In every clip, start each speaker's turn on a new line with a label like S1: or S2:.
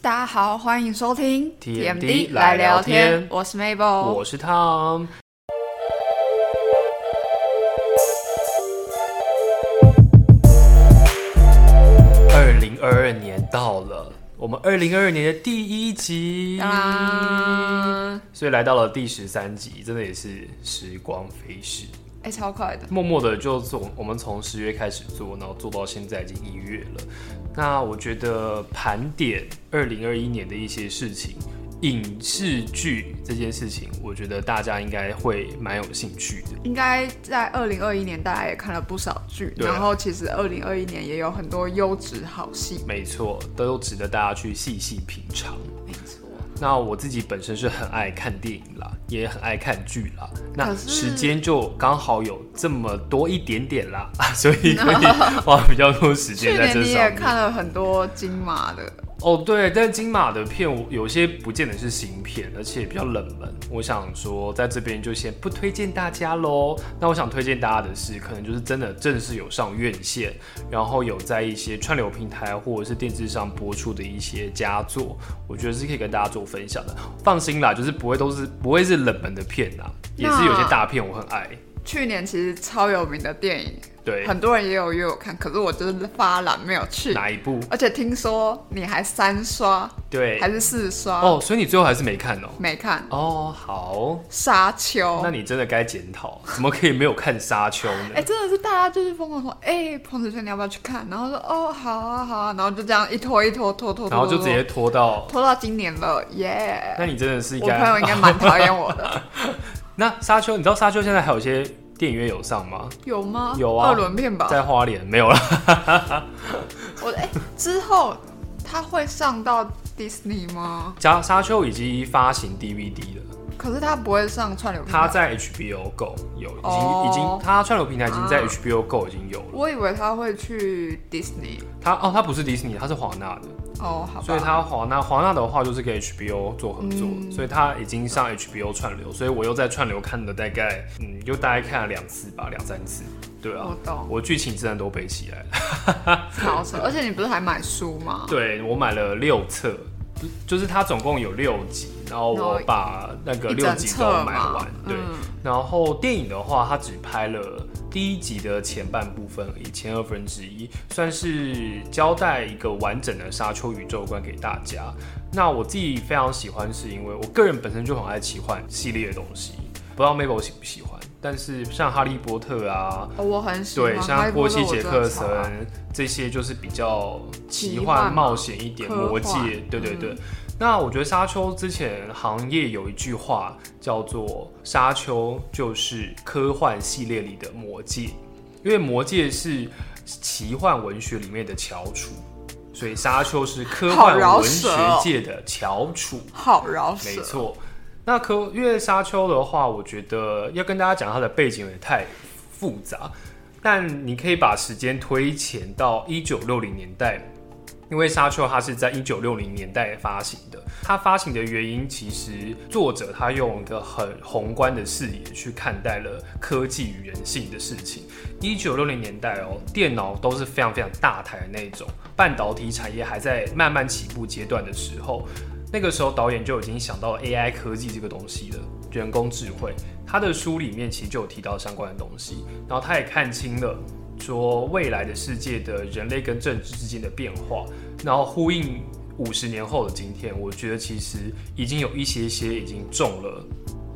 S1: 大家好，欢迎收听
S2: TMD 来聊天
S1: 我是 Mabel，
S2: 我是 Tom。二零二二年到了，我们二零二二年的第一集，
S1: 当啦，
S2: 所以来到了第十三集，真的也是时光飞逝，
S1: 哎、超快的，
S2: 默默的就从我们从十月开始做，然后做到现在已经一月了。那我觉得盘点二零二一年的一些事情，影视剧这件事情，我觉得大家应该会蛮有兴趣的。
S1: 应该在二零二一年大家也看了不少剧，
S2: 对啊
S1: 然后其实二零二一年也有很多优质好戏，
S2: 没错，都值得大家去细细品尝。
S1: 没错，
S2: 那我自己本身是很爱看电影啦，也很爱看剧啦。那
S1: 可是
S2: 时间就刚好有这么多一点点啦，所 以可以花比较多时
S1: 去
S2: 间在
S1: 年
S2: 这
S1: 你也
S2: 上面。
S1: 看了很多金马的，
S2: 哦，对，但金马的片我有些不见得是新片，而且比较冷门。我想说，在这边就先不推荐大家喽。那我想推荐大家的是，可能就是真的正式有上院线，然后有在一些串流平台或者是电视上播出的一些佳作，我觉得是可以跟大家做分享的。放心啦，就是不会都是不会是冷门的片啦，也是有些大片我很爱。
S1: 去年其实超有名的电影，
S2: 对，
S1: 很多人也有约我看，可是我就是发懒没有去，
S2: 哪一部？
S1: 而且听说你还三刷
S2: 对
S1: 还，是四刷、
S2: 哦，所以你最后还是没看哦。
S1: 没看
S2: 哦，好，
S1: 《沙丘》，
S2: 那你真的该检讨，怎么可以没有看《沙丘》
S1: 哎、
S2: 呢？
S1: 真的是大家就是疯狂说，哎、彭子轩你要不要去看？然后说，哦，好啊，好啊，然后就这样一拖一拖拖拖拖，
S2: 然后就直
S1: 拖
S2: 接拖到，
S1: 拖到今年了，耶、
S2: 那你真的是应
S1: 我朋友
S2: 该。啊
S1: 应该蛮讨厌我的，
S2: 那《沙丘》，你知道《沙丘》现在还有一些电影院有上吗？
S1: 有吗？
S2: 有啊
S1: 二轮片吧。
S2: 在花莲没有啦。
S1: 我哎、之后他会上到 Disney 吗？
S2: 加《沙丘》已经发行 DVD 了，
S1: 可是他不会上串流平
S2: 它
S1: 台。
S2: 在 HBO Go 有，已经、
S1: 哦
S2: 已经，它串流平台已经在
S1: 啊
S2: HBO Go 已经有了。
S1: 我以为他会去 Disney。
S2: 它哦，它不是迪士尼，它是华纳的。
S1: 哦，好吧。
S2: 所以它华纳华纳的话就是跟 HBO 做合作，
S1: 嗯
S2: 所以它已经上 HBO 串流，所以我又在串流看了大概，嗯，又大概看了两次吧，两三次。对啊
S1: 我，懂，
S2: 我剧情自然都背起来了。
S1: 超扯！而且你不是还买书吗？
S2: 对我买了六册，就就是它总共有六集，然后
S1: 然后
S2: 我把那个
S1: 一
S2: 六
S1: 整
S2: 集都
S1: 册
S2: 买
S1: 嘛
S2: 完。，对，
S1: 嗯，
S2: 然后电影的话，它只拍了第一集的前半部分而已，前二分之一，算是交代一个完整的沙丘宇宙观给大家。那我自己非常喜欢，是因为我个人本身就很爱奇幻系列的东西，不知道 Mabel 喜不喜欢，但是像哈利波特啊，
S1: 哦我很喜欢。
S2: 对，
S1: 哈
S2: 像
S1: 利
S2: 波
S1: 波
S2: 西
S1: 特我
S2: 杰
S1: 真的
S2: 克
S1: 超爱
S2: 森这些就是比较奇
S1: 奇幻嘛
S2: 幻冒险一点，
S1: 科
S2: 魔戒
S1: 幻，嗯
S2: 对对对。那我觉得沙丘之前行业有一句话叫做“沙丘就是科幻系列里的魔戒”，因为魔戒是奇幻文学里面的翘楚，所以沙丘是科
S1: 好
S2: 幻
S1: 饶
S2: 文
S1: 舌
S2: 学
S1: 哦
S2: 界的翘楚。
S1: 好饶舌，
S2: 没错。那可因为沙丘的话，我觉得要跟大家讲它的背景有点太复杂，但你可以把时间推前到一九六零年代，因为沙丘它是在一九六零年代发行的。它发行的原因，其实作者他用一个很宏观的视野去看待了科技与人性的事情。一九六零年代哦，电脑都是非常非常大台的那种，半导体产业还在慢慢起步阶段的时候，那个时候导演就已经想到了 AI 科技这个东西了，人工智慧。他的书里面其实就有提到相关的东西，然后他也看清了说未来的世界的人类跟政治之间的变化，然后呼应五十年后的今天，我觉得其实已经有一些些已经中了。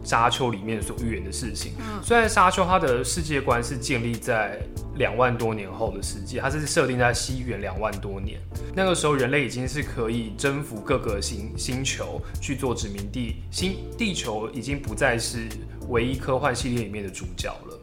S2: 沙丘里面所预言的事情，虽然沙丘它的世界观是建立在两万多年后的世界，它是设定在西元两万多年，那个时候人类已经是可以征服各个星星球去做殖民地，星地球已经不再是唯一科幻系列里面的主角了。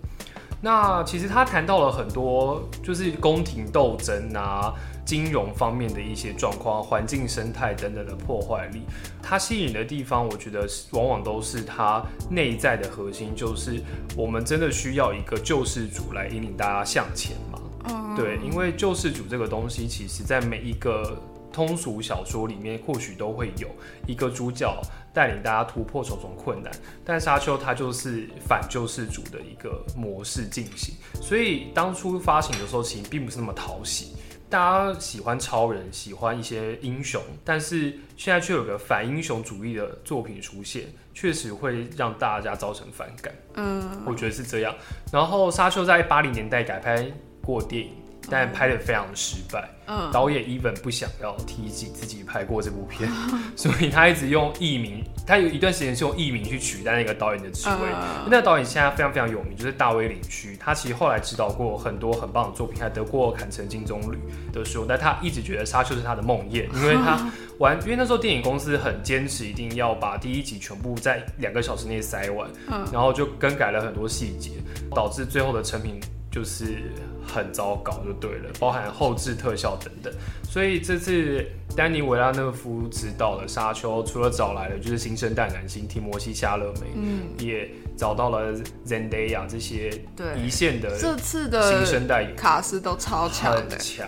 S2: 那其实他谈到了很多，就是宫廷斗争啊、金融方面的一些状况、环境生态等等的破坏力。它吸引的地方，我觉得是往往都是它内在的核心，就是我们真的需要一个救世主来引领大家向前嘛。
S1: 嗯，
S2: 对，因为救世主这个东西，其实在每一个通俗小说里面，或许都会有一个主角带领大家突破种种困难，但沙丘它就是反救世主的一个模式进行，所以当初发行的时候，其实并不是那么讨喜。大家喜欢超人，喜欢一些英雄，但是现在却有个反英雄主义的作品出现，确实会让大家造成反感。
S1: 嗯，
S2: 我觉得是这样。然后沙丘在八零年代改拍过电影，但拍的非常失败。
S1: 嗯
S2: 导演 even 不想要提及自己拍过这部 片，所以他一直用艺名，他有一段时间是用艺名去取代那个导演的职位。
S1: 嗯
S2: 那导演现在非常非常有名，就是大卫林区。他其实后来指导过很多很棒的作品，还得过坎城金棕榈的时候，但他一直觉得《沙丘》是他的梦魇，因为 他完，因为那时候电影公司很坚持，一定要把第一集全部在两个小时内塞完，
S1: 嗯
S2: 然后就更改了很多细节，导致最后的成品就是很糟糕，就对了，包含后置特效等等。所以这次丹尼维拉诺夫执导的《沙丘》，除了找来的就是新生代男星提摩西·夏勒梅，
S1: 嗯，
S2: 也找到了 Zendaya 这些
S1: 对
S2: 一线的
S1: 这次
S2: 新
S1: 的
S2: 生代演
S1: 卡斯都超强
S2: 很
S1: 的，
S2: 强，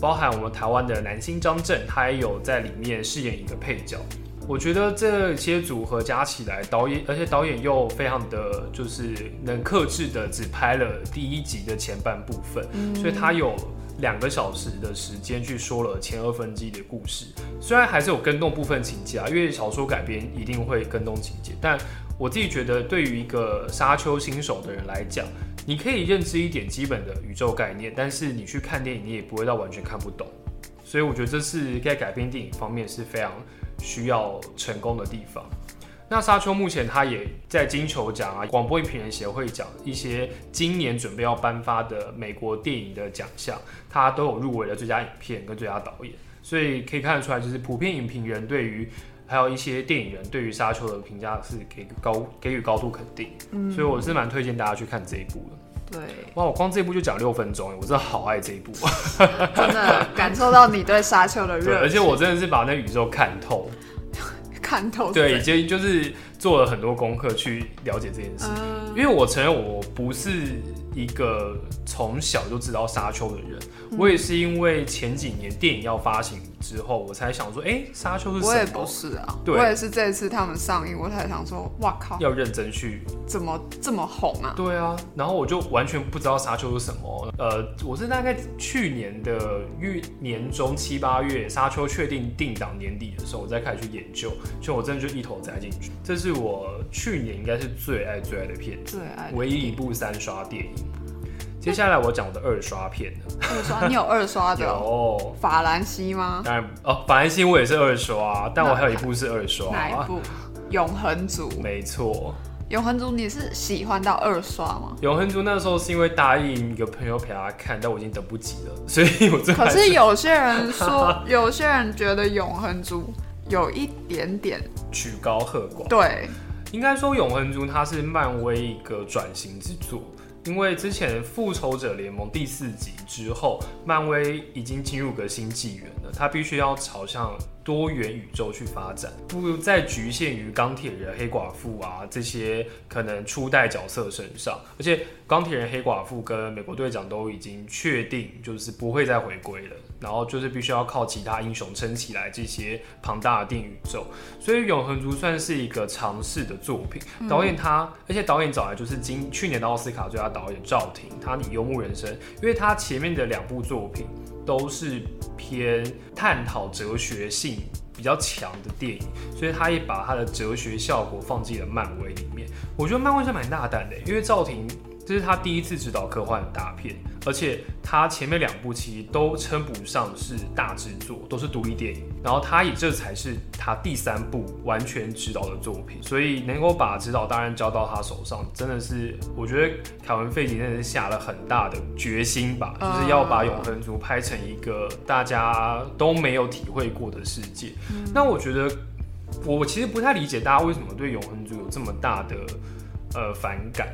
S2: 包含我们台湾的男星张震，他也有在里面饰演一个配角。我觉得这些组合加起来，导演而且导演又非常的就是能克制的，只拍了第一集的前半部分，所以他有两个小时的时间去说了前二分之一的故事。虽然还是有跟动部分情节啊，因为小说改编一定会跟动情节，但我自己觉得对于一个沙丘新手的人来讲，你可以认知一点基本的宇宙概念，但是你去看电影，你也不会到完全看不懂。所以我觉得这是在改编电影方面是非常需要成功的地方。那《沙丘》目前它也在金球奖啊、广播影评人协会奖一些今年准备要颁发的美国电影的奖项，它都有入围了最佳影片跟最佳导演。所以可以看得出来，就是普遍影评人对于还有一些电影人对于《沙丘》的评价是给高给予高度肯定。
S1: 嗯
S2: 所以我是蛮推荐大家去看这一部的。
S1: 对，
S2: 哇，我光这一部就讲六分钟，我真的好爱这一部。
S1: 真的感受到你对沙丘的
S2: 对，
S1: 热
S2: 而且我真的是把那宇宙看透，
S1: 看透，
S2: 对，已，经就是做了很多功课去了解这件事。
S1: 嗯
S2: 因为我承认我不是一个从小就知道沙丘的人，
S1: 嗯
S2: 我也是因为前几年电影要发行之后，我才想说，哎、沙丘是
S1: 我也
S2: 什
S1: 不
S2: 么？
S1: 是啊，
S2: 对
S1: 我也是这次他们上映，我才想说，哇靠，
S2: 要认真去
S1: 怎么这么红啊？
S2: 对啊，然后我就完全不知道沙丘是什么。呃，我是大概去年的月年中七八月，沙丘确定定档年底的时候，我再开始去研究，就我真的就一头栽进去。这是我去年应该是最爱最爱的片子，
S1: 最爱
S2: 唯一一部三刷电影。接下来我讲我的二刷片了，
S1: 二刷，你有二刷的哦
S2: 有，
S1: 法兰西吗？
S2: 当然哦，法兰西我也是二刷，但我还有一啊部是二
S1: 哪一
S2: 刷，
S1: 部？永恒族，
S2: 没错。
S1: 永恒族，你是喜欢到二刷吗？
S2: 永恒族那时候是因为答应有朋友陪他看，但我已经等不及了，所以我最
S1: 可
S2: 后还
S1: 是有些人说， 有些人觉得永恒族有一点点
S2: 曲高和寡。
S1: 对，
S2: 应该说，《永恒族》它是漫威一个转型之作，因为之前《复仇者联盟》第四集之后，漫威已经进入个新纪元了，它必须要朝向多元宇宙去发展，不再局限于钢铁人、黑寡妇啊这些可能初代角色身上。而且，钢铁人、黑寡妇跟美国队长都已经确定，就是不会再回归了，然后就是必须要靠其他英雄撑起来这些庞大的电影宇宙。所以《永恒族》算是一个尝试的作品。导演他，而且导演找来就是今去年的奥斯卡最佳导演赵婷，他以《幽默人生》，因为他前面的两部作品都是偏探讨哲学性比较强的电影，所以他也把他的哲学效果放进了漫威里面。我觉得漫威是蛮大胆的，因为赵婷。这是他第一次执导科幻大片，而且他前面两部其实都称不上是大制作，都是独立电影。然后他也这才是他第三部完全执导的作品，所以能够把执导大任交到他手上，真的是我觉得凯文·费奇真的是下了很大的决心吧，就是要把《永恒族》拍成一个大家都没有体会过的世界。那我觉得我其实不太理解大家为什么对《永恒族》有这么大的呃反感，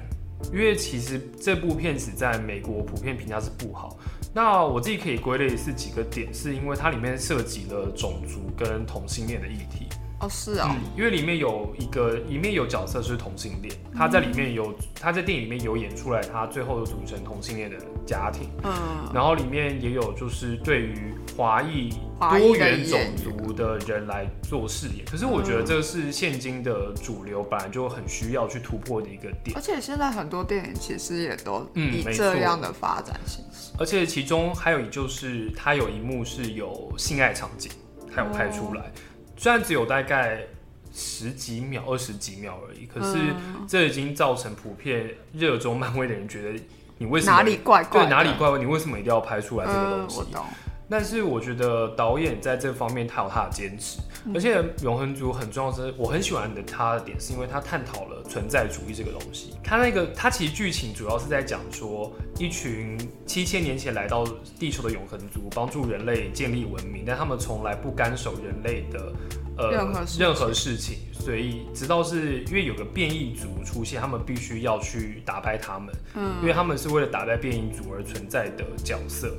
S2: 因为其实这部片子在美国普遍评价是不好。那我自己可以归类是几个点，是因为它里面涉及了种族跟同性恋的议题。
S1: 哦是哦，
S2: 嗯，因为里面有一个，里面有角色是同性恋，他在里面有，他在电影里面有演出来，他最后组成同性恋的家庭。
S1: 嗯，
S2: 然后里面也有就是对于华裔
S1: 华
S2: 多
S1: 裔的
S2: 元种
S1: 演员。
S2: 族的人来做饰演。可是我
S1: 嗯
S2: 觉得这是现今的主流，本来就很需要去突破的一个点
S1: 而。且现在很多电影其实也都
S2: 嗯
S1: 以
S2: 没
S1: 这
S2: 错
S1: 样的发展形式，
S2: 而且其中还有一就是，它有一幕是有性爱场景，还有拍出来，
S1: 哦
S2: 虽然只有大概十几秒、二十几秒而已，可是
S1: 嗯
S2: 这已经造成普遍热衷漫威的人觉得，你为什么
S1: 哪里怪怪
S2: 对
S1: 的？
S2: 哪里怪怪？你为什么一定要拍出来这个
S1: 嗯
S2: 东，西？
S1: 我懂。
S2: 但是我觉得导演在这方面他有他的坚持，
S1: 嗯
S2: 而且永恒族很重要的是，我很喜欢的他的点是因为他探讨了存在主义这个东西。他那个他其实剧情主要是在讲说一群七千年前来到地球的永恒族，帮助人类建立文明，但他们从来不干手人类的呃
S1: 任何事情
S2: 任何事情，所以直到是因为有个变异族出现，他们必须要去打败他们。
S1: 嗯
S2: 因为他们是为了打败变异族而存在的角色。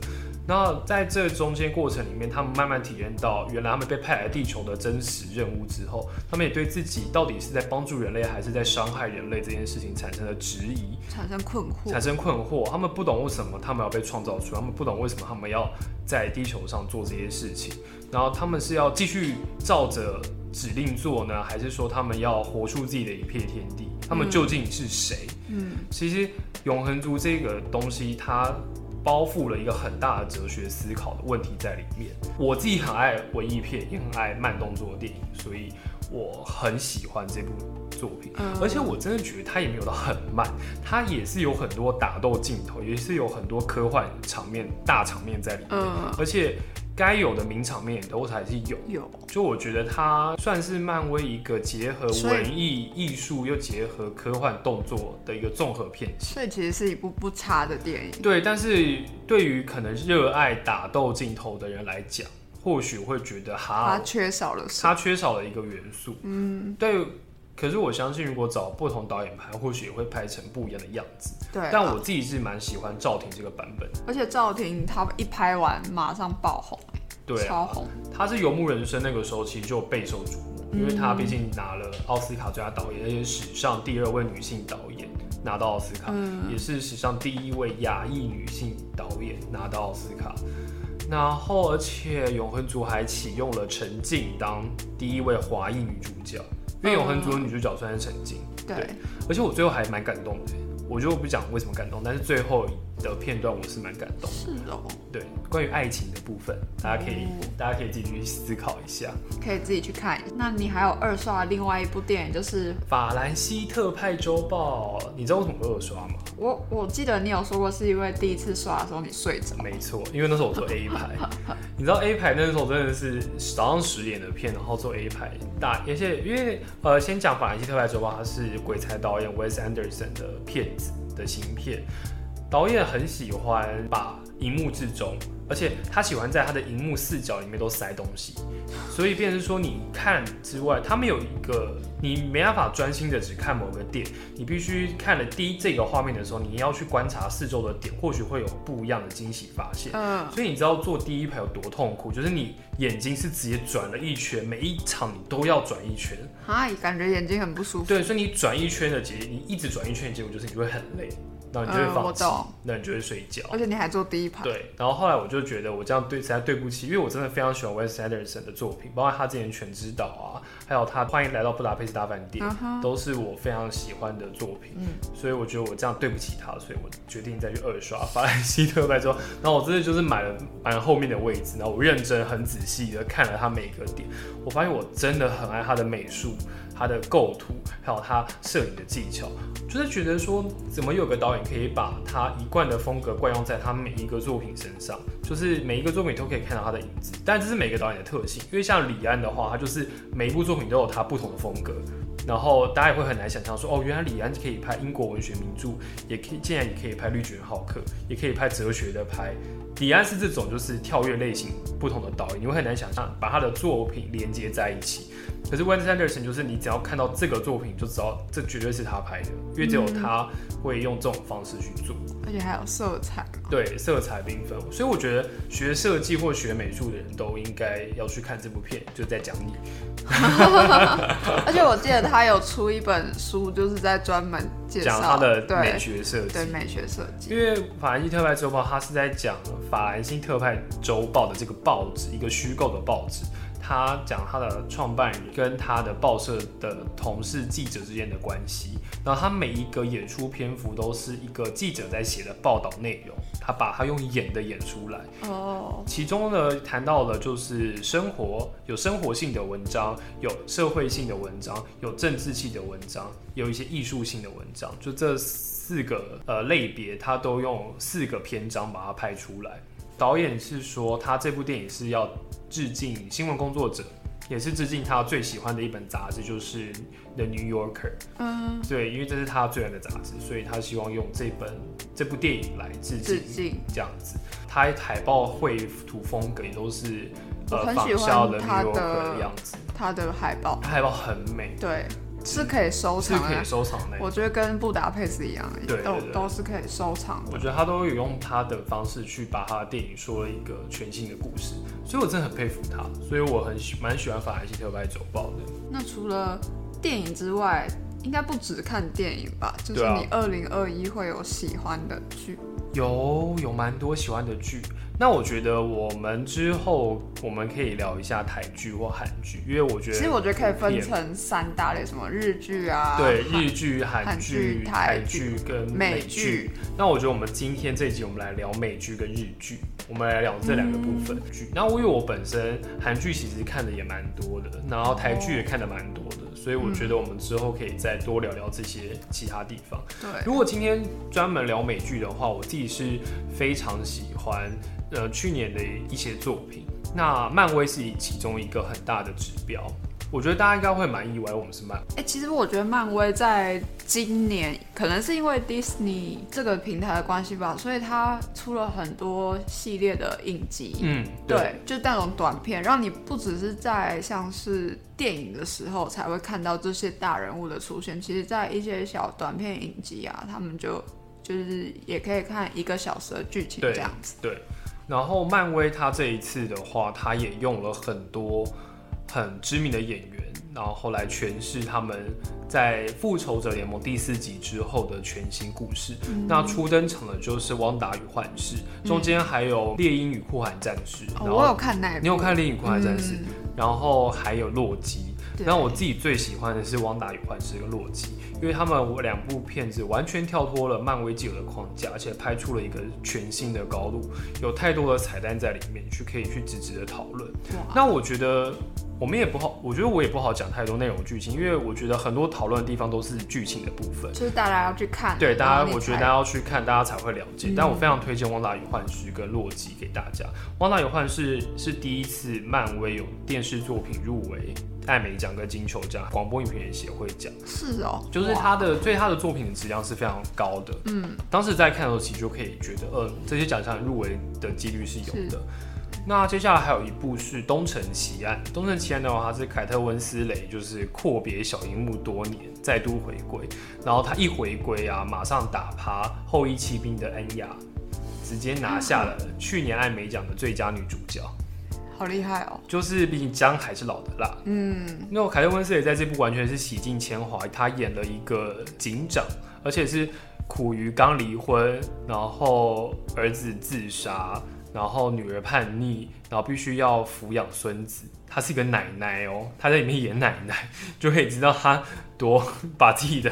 S2: 那在这中间过程里面，他们慢慢体验到，原来他们被派来地球的真实任务之后，他们也对自己到底是在帮助人类还是在伤害人类这件事情产生了质疑，
S1: 产生困惑
S2: 产。生困惑。他们不懂为什么他们要被创造出来，他们不懂为什么他们要在地球上做这些事情。然后他们是要继续照着指令做呢，还是说他们要活出自己的一片天地？他们究竟是谁？
S1: 嗯，
S2: 其实永恒族这个东西，它包覆了一个很大的哲学思考的问题在里面。我自己很爱文艺片，也很爱慢动作的电影，所以我很喜欢这部作品。
S1: 嗯
S2: 而且我真的觉得它也没有到很慢，它也是有很多打斗镜头，也是有很多科幻场面、大场面在里面，
S1: 嗯
S2: 而且该有的名场面也都还是有。
S1: 有，
S2: 就我觉得它算是漫威一个结合
S1: 所以
S2: 文艺艺术又结合科幻动作的一个综合片集。
S1: 所以其实是一部不差的电影。
S2: 对，但是对于可能热爱打斗镜头的人来讲，或许会觉得
S1: 它
S2: 哈，
S1: 缺少了什么？
S2: 啊它缺少了一个元素。嗯，对。可是我相信，如果找不同导演拍，或许也会拍成不一样的样子。
S1: 对啊，
S2: 但我自己是蛮喜欢赵婷这个版本。
S1: 而且赵婷她一拍完马上爆红，
S2: 对、
S1: 超
S2: 啊，
S1: 红。
S2: 他是《游牧人生》那个时候其实就备受瞩目，因为他毕竟拿了奥斯卡最佳导演，而且史上第二位女性导演拿到奥斯卡，也是史上第一位亚裔女性导演拿到奥斯卡。然后，而且永恒族还启用了陈静当第一位华裔女主角，因为永恒族的女主角虽然是陈静，
S1: 对，
S2: 而且我最后还蛮感动的，我就不讲为什么感动，但是最后的片段我是蛮感动的。
S1: 是哦，
S2: 对，关于爱情的部分，大家可以、大家可以自己去思考一下。
S1: 可以自己去看。那你还有二刷的另外一部电影，就是
S2: 法兰西特派周报，你知道为什么会有刷吗？
S1: 我我记得你有说过，是因为第一次刷的时候你睡着，
S2: 没错，因为那时候我做 A 排，你知道 A 排那时候真的是早上十点的片，然后做 A 排大，而且因为呃，先讲法兰西特派周报，它是鬼才导演 Wes Anderson 的片子的新片，导演很喜欢把荧幕之中，而且他喜欢在他的荧幕视角里面都塞东西，所以变成说你看之外，他们有一个你没办法专心的只看某个点，你必须看了第一这个画面的时候，你要去观察四周的点，或许会有不一样的惊喜发现。
S1: 嗯，
S2: 所以你知道坐第一排有多痛苦，就是你眼睛是直接转了一圈，每一场你都要转一圈。
S1: 哈，感觉眼睛很不舒服。
S2: 对，所以你转一圈的结，你一直转一圈的结果就是你会很累，然后你就
S1: 嗯
S2: 会
S1: 我
S2: 放弃
S1: 懂，
S2: 那、你就会睡觉。
S1: 而且你还坐第一排，
S2: 对，然后后来我就觉得我这样对实在对不起，因为我真的非常喜欢 Wes Anderson 的作品，包括他之前《全知道》啊，还有他《欢迎来到布达佩斯大饭
S1: 嗯》
S2: 店
S1: 哼
S2: 都是我非常喜欢的作品。
S1: 嗯
S2: 所以我觉得我这样对不起他，所以我决定再去二刷《法兰西特派》之后，然后我真的就是买了买了后面的位置，然后我认真很仔细的看了他每个点，我发现我真的很爱他的美术、他的构图，还有他摄影的技巧，就是觉得说怎么有个导演可以把他一贯的风格惯用在他每一个作品身上，就是每一个作品都可以看到他的影子，但这是每个导演的特性，因为像李安的话，他就是每一部作品都有他不同的风格，然后大家也会很难想象说，哦，原来李安可以拍英国文学名著，也可以竟然也可以拍《绿巨人浩克》，也可以拍哲学的拍。李安是这种就是跳跃类型不同的导演，你会很难想象把他的作品连接在一起。可是 Wes Anderson 就是你只要看到这个作品，就知道这绝对是他拍的，因为只有他会用这种方式去做。
S1: 而且还有色彩。
S2: 对色彩缤纷，所以我觉得学设计或学美术的人都应该要去看这部片，就在讲你。
S1: 而且我记得他有出一本书，就是在专门介绍
S2: 讲它的
S1: 对
S2: 美学设计
S1: 对。美学设计，
S2: 因为法兰西特派周报，它是在讲法兰西特派周报的这个报纸，一个虚构的报纸。它讲它的创办人跟他的报社的同事记者之间的关系，然后他每一个演出篇幅都是一个记者在写的报道内容，他把它用演的演出来。
S1: 哦，
S2: 其中呢，谈到了就是生活有生活性的文章，有社会性的文章，有政治性的文章，有一些艺术性的文章，就这四个呃类别，它都用四个篇章把它拍出来。导演是说，他这部电影是要致敬新闻工作者，也是致敬他最喜欢的一本杂志，就是《The New Yorker》。
S1: 嗯，
S2: 对，因为这是他最爱的杂志，所以他希望用这本这部电影来致
S1: 致
S2: 敬
S1: 敬，
S2: 这样子。它海报绘图风格也都是
S1: 我
S2: 呃
S1: 很
S2: 仿
S1: 喜欢
S2: 效的 New
S1: 它
S2: York
S1: 的
S2: 的样子，
S1: 它的海报，
S2: 它海报很美，
S1: 对，是可以收
S2: 是
S1: 藏
S2: 可以
S1: 的。
S2: 收藏的。
S1: 我觉得跟布达佩斯一样，
S2: 对对
S1: 都
S2: 对
S1: 都是可以收藏的。
S2: 我觉得他都有用他的方式去把他的电影说了一个全新的故事，所以我真的很佩服他，所以我很喜蛮喜欢法兰西特派走报的。
S1: 那除了电影之外，应该不只看电影吧？就是
S2: 对啊
S1: 你二零二一会有喜欢的剧，
S2: 有有蛮多喜欢的剧，那我觉得我们之后我们可以聊一下台剧或韩剧，因为我觉
S1: 其
S2: 得
S1: 实我觉得可以分
S2: 也
S1: 成三大类，什么日剧啊，
S2: 对
S1: 韩
S2: 日剧、韩
S1: 韩
S2: 剧、
S1: 剧台
S2: 台剧跟
S1: 美
S2: 剧
S1: 剧。
S2: 那我觉得我们今天这一集我们来聊美剧跟日剧，我们来聊这两个部分
S1: 嗯
S2: 剧。那、因为我本身韩剧其实看的也蛮多的，然后台剧也看的蛮多的，所以我觉得我们之后可以再多聊聊这些其他地方。
S1: 对，
S2: 如果今天专门聊美剧的话，我自己是非常喜欢呃去年的一些作品。那漫威是其中一个很大的指标，我觉得大家应该会蛮意外，我们是漫。
S1: 哎、其实我觉得漫威在今年，可能是因为 Disney 这个平台的关系吧，所以它出了很多系列的影集。
S2: 嗯，
S1: 对，就那种短片，让你不只是在像是电影的时候才会看到这些大人物的出现，其实，在一些小短片影集啊，他们就就是也可以看一个小时的剧情
S2: 对
S1: 这样子。
S2: 然后漫威它这一次的话，它也用了很多很知名的演员，然后来诠释他们在《复仇者联盟》第四集之后的全新故事。
S1: 嗯
S2: 那初登场的就是汪达与幻视，中间还有猎鹰与酷寒战士，
S1: 哦，
S2: 然
S1: 我
S2: 后
S1: 有看那一部，
S2: 你有看《猎鹰与酷寒战士》
S1: 嗯
S2: 然后还有洛基。
S1: 对
S2: 那我自己最喜欢的是《汪达与幻视》跟《洛基》，因为他们两部片子完全跳脱了漫威既有的框架，而且拍出了一个全新的高度，有太多的彩蛋在里面去可以去直直的讨论。
S1: 哇，
S2: 那我觉得我们也不好，我觉得我也不好讲太多内容剧情，因为我觉得很多讨论的地方都是剧情的部分。
S1: 就是大家要去看，
S2: 对
S1: 然
S2: 大家，
S1: 后你
S2: 我觉得
S1: 才嗯
S2: 大家要去看，大家才会了解。但我非常推荐《汪达与幻视》跟《洛基》给大家。《汪达与幻视》是第一次漫威有电视作品入围艾美奖跟金球奖、广播影评人协会奖，
S1: 是哦，
S2: 就是
S1: 哇
S2: 他的，所以他的作品的质量是非常高的。嗯，当时在看的时候，其实就可以觉得，呃，这些奖项入围的几率是有的。那接下来还有一部是《东城奇案》，《东城奇案》的话，它是凯特温斯雷就是阔别小荧幕多年，再度回归。然后他一回归啊，马上打趴后羿骑兵的恩雅，直接拿下了去年艾美奖的最佳女主角。
S1: 好厉害哦，
S2: 就是毕竟姜还是老的辣，
S1: 嗯，
S2: 那凯特温斯也在这部完全是洗尽铅华，她演了一个警长，而且是苦于刚离婚，然后儿子自杀，然后女儿叛逆，然后必须要抚养孙子。她是一个奶奶哦，她在里面演奶奶，就可以知道她多 把自己的，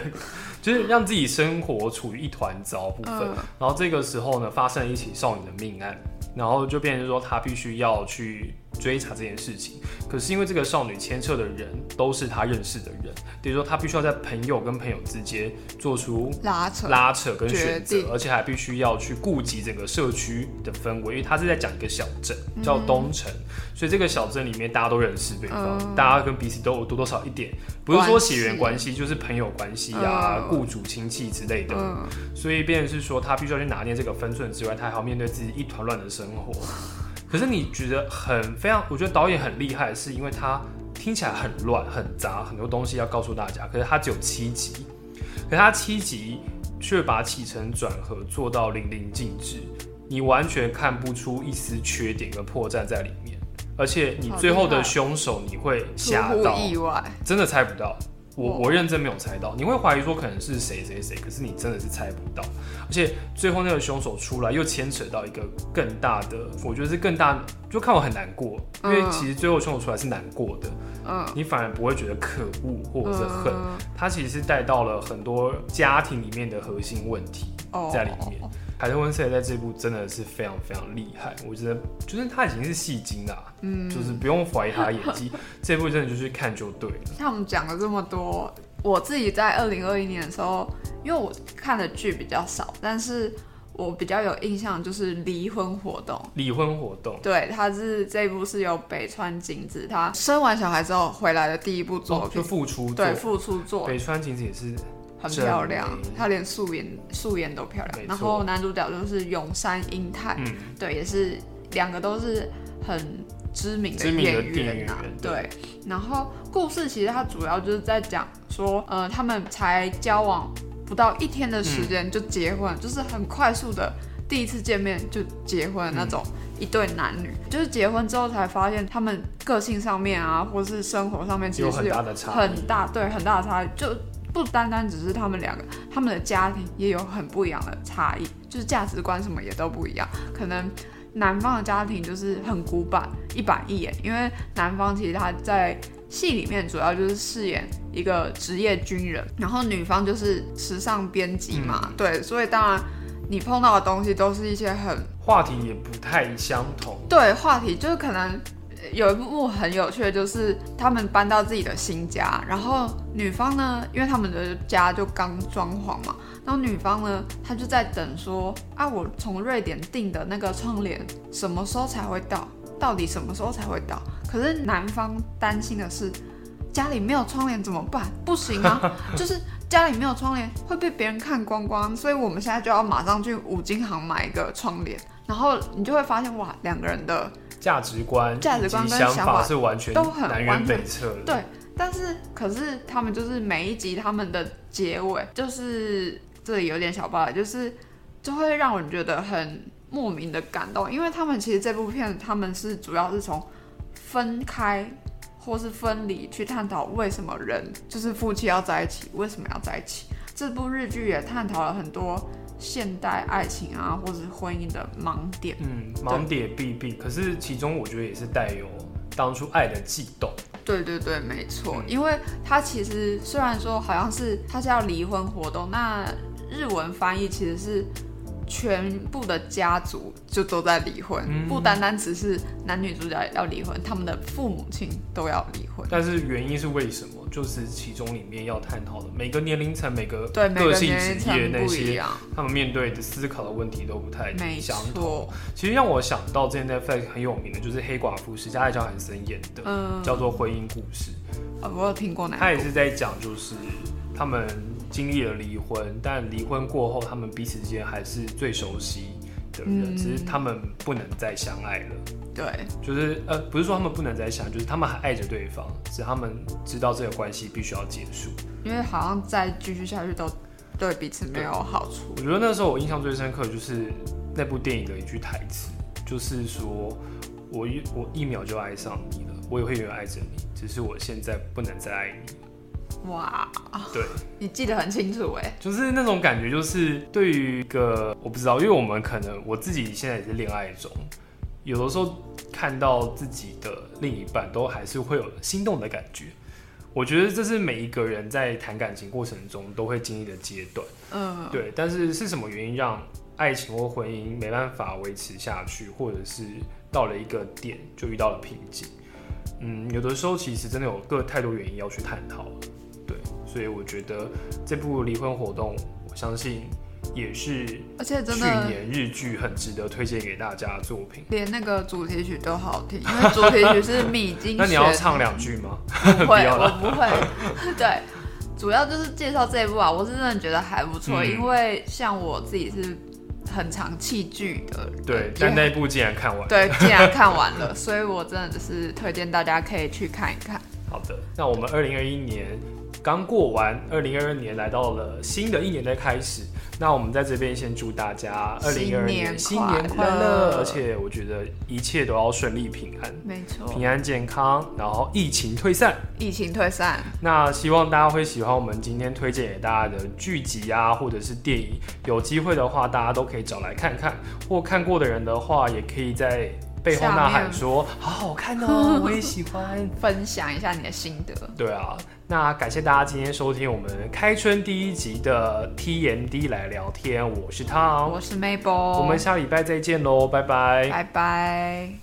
S2: 就是让自己生活处于一团糟部分。
S1: 嗯
S2: 然后这个时候呢，发生了一起少女的命案，然后就变成说她必须要去追查这件事情。可是因为这个少女牵涉的人都是她认识的人，等于说她必须要在朋友跟朋友之间做出
S1: 拉扯，
S2: 拉扯跟选
S1: 决
S2: 择，
S1: 定
S2: 而且还必须要去顾及整个社区的氛围，因为他是在讲一个小镇叫东城，所以这个小镇里面大家都认识对方，
S1: 嗯
S2: 大家跟彼此都有多多少一点，不是说血缘关系，就是朋友关系啊、
S1: 嗯
S2: 雇主亲戚之类的，
S1: 嗯，
S2: 所以变成是说他必须要去拿捏这个分寸之外，他还要面对自己一团乱的生活。 可是你觉得很非常，我觉得导演很厉害，是因为他听起来很乱、很杂，很多东西要告诉大家。可是他只有七集，可是他七集却把起承转合做到淋漓尽致，你完全看不出一丝缺点跟破绽在里面。而且你最后
S1: 好厉
S2: 的
S1: 害
S2: 凶手你会
S1: 出
S2: 吓
S1: 乎
S2: 到，
S1: 意外，
S2: 真的猜不到。
S1: 哦
S2: 我我认真没有猜到，你会怀疑说可能是谁谁谁，可是你真的是猜不到，而且最后那个凶手出来又牵扯到一个更大的，我觉得是更大，就看我很难过，因为
S1: 嗯
S2: 其实最后凶手出来是难过的，
S1: 嗯，
S2: 你反而不会觉得可恶或者是恨，
S1: 嗯
S2: 它其实是带到了很多家庭里面的核心问题
S1: 哦
S2: 在里面。海特温斯莱在这部真的是非常非常厉害，我觉得就是他已经是戏精啦，
S1: 嗯，
S2: 就是不用怀疑他的演技， 这部真的就是看就对了。
S1: 像我们讲了这么多，我自己在二零二一年的时候，因为我看的剧比较少，但是我比较有印象就是《离婚活动》。
S2: 离婚活动
S1: 对，他是这一部是由北川景子她生完小孩之后回来的第一部作
S2: 哦就
S1: 品，
S2: 付出
S1: 对，
S2: 作，
S1: 复出作
S2: 北川景子也是
S1: 很
S2: 真
S1: 漂亮
S2: 美，
S1: 她连素颜素颜都漂亮
S2: 没。
S1: 然
S2: 错
S1: 后男主角就是永山英太，
S2: 嗯
S1: 对，也是两个都是很知名的
S2: 知名的
S1: 演
S2: 电
S1: 员呐、啊
S2: 影人
S1: 对，然后故事其实它主要就是在讲说，呃，他们才交往不到一天的时
S2: 嗯
S1: 间就结婚，就是很快速的。第一次见面就结婚的那种
S2: 嗯
S1: 一对男女，就是结婚之后才发现他们个性上面啊，或是生活上面其
S2: 有
S1: 实是
S2: 很
S1: 有
S2: 大的差异
S1: 很。大对很大的差异，就不单单只是他们两个，他们的家庭也有很不一样的差异，就是价值观什么也都不一样。可能男方的家庭就是很古板，一板一眼，因为男方其实他在戏里面主要就是饰演一个职业军人，然后女方就是时尚编辑嘛，对，所以当然你碰到的东西都是一些很
S2: 话题也不太相同，
S1: 对话题，就是可能呃有一幕很有趣的，就是他们搬到自己的新家，然后女方呢，因为他们的家就刚装潢嘛，然后女方呢，她就在等说啊，我从瑞典订的那个窗帘什么时候才会到？到底什么时候才会到？可是男方担心的是。家里没有窗帘怎么办？不行啊，就是家里没有窗帘会被别人看光光，所以我们现在就要马上去五金行买一个窗帘。然后你就会发现，哇，两个人的
S2: 价值观、
S1: 价值观
S2: 以及
S1: 跟
S2: 想
S1: 想法
S2: 是完全
S1: 都很
S2: 南
S1: 完
S2: 辕
S1: 全
S2: 北辙了。
S1: 对但是可是他们就是每一集他们的结尾，就是这里有点小爆雷，就是就会让人觉得很莫名的感动，因为他们其实这部片他们是主要是从分开或是分离去探讨为什么人就是夫妻要在一起，为什么要在一起。这部日剧也探讨了很多现代爱情啊，或是婚姻的盲点。
S2: 嗯，盲点必病，可是其中我觉得也是带有当初爱的悸动。
S1: 对对对，没错，
S2: 嗯
S1: 因为他其实虽然说好像是他是要离婚活动，那日文翻译其实是全部的家族就都在离婚，
S2: 嗯
S1: 不单单只是男女主角要离婚，他们的父母亲都要离婚。
S2: 但是原因是为什么？就是其中里面要探讨的每个年龄层、每个
S1: 对，每
S2: 个
S1: 个
S2: 性
S1: 年龄
S2: 职业
S1: 层
S2: 那
S1: 不一
S2: 些，
S1: 样，
S2: 他们面对的思考的问题都不太
S1: 没
S2: 相同。
S1: 错，
S2: 其实让我想到之前 Netflix 很有名的就是《黑寡妇》，是加爱乔韩森演的，
S1: 嗯，
S2: 叫做《婚姻故事》。
S1: 呃我有听过
S2: 他
S1: 哪一
S2: 也
S1: 部？
S2: 是在讲，就是他们经历了离婚，但离婚过后，他们彼此之间还是最熟悉的人，
S1: 嗯
S2: 只是他们不能再相爱了。
S1: 对，
S2: 就是呃，不是说他们不能再相爱，就是他们还爱着对方，只是他们知道这个关系必须要结束。
S1: 因为好像再继续下去都对彼此没有好处
S2: 我。觉得那时候我印象最深刻的就是那部电影的一句台词，就是说我一我一秒就爱上你了，我也会永远爱着你，只是我现在不能再爱你。
S1: 哇，
S2: 对，
S1: 你记得很清楚哎，
S2: 就是那种感觉，就是对于一个我不知道，因为我们可能我自己现在也是恋爱中，有的时候看到自己的另一半，都还是会有心动的感觉。我觉得这是每一个人在谈感情过程中都会经历的阶段，
S1: 嗯，
S2: 对。但是是什么原因让爱情或婚姻没办法维持下去，或者是到了一个点就遇到了瓶颈？嗯，有的时候其实真的有各太多原因要去探讨了，对。所以我觉得这部离婚活动，我相信也是
S1: 而且真
S2: 去
S1: 的
S2: 年日剧很值得推荐给大家的作品。
S1: 连那个主题曲都好听，因为主题曲是米津
S2: 那你要
S1: 玄
S2: 唱两句吗？
S1: 不会，
S2: 不要
S1: 我不会。 对，主要就是介绍这一部啊，我是真的觉得还不错，
S2: 嗯
S1: 因为像我自己是很常弃剧的人，
S2: 对，
S1: 也
S2: 但那一部竟然看完。
S1: 对，既然看完了， 所以我真的是推荐大家可以去看一看。
S2: 好的，那我们二零二一年刚过完，二零二二年来到了新的一年的开始。那我们在这边先祝大家二
S1: 新
S2: 零二二
S1: 年
S2: 年新
S1: 快
S2: 年快
S1: 乐
S2: 乐，而且我觉得一切都要顺利平安。
S1: 没错，
S2: 平安健康，然后疫情退散。
S1: 疫情退散，
S2: 那希望大家会喜欢我们今天推荐给大家的剧集啊，或者是电影。有机会的话，大家都可以找来看看，或看过的人的话，也可以在背后呐喊说：“好好看哦，我也喜 欢。
S1: 分享一下你的心得。”
S2: 对啊，那感谢大家今天收听我们开春第一集的 TMD 来聊天，我是汤，
S1: 我是 Mabel，
S2: 我们下礼拜再见喽，拜拜
S1: 拜拜。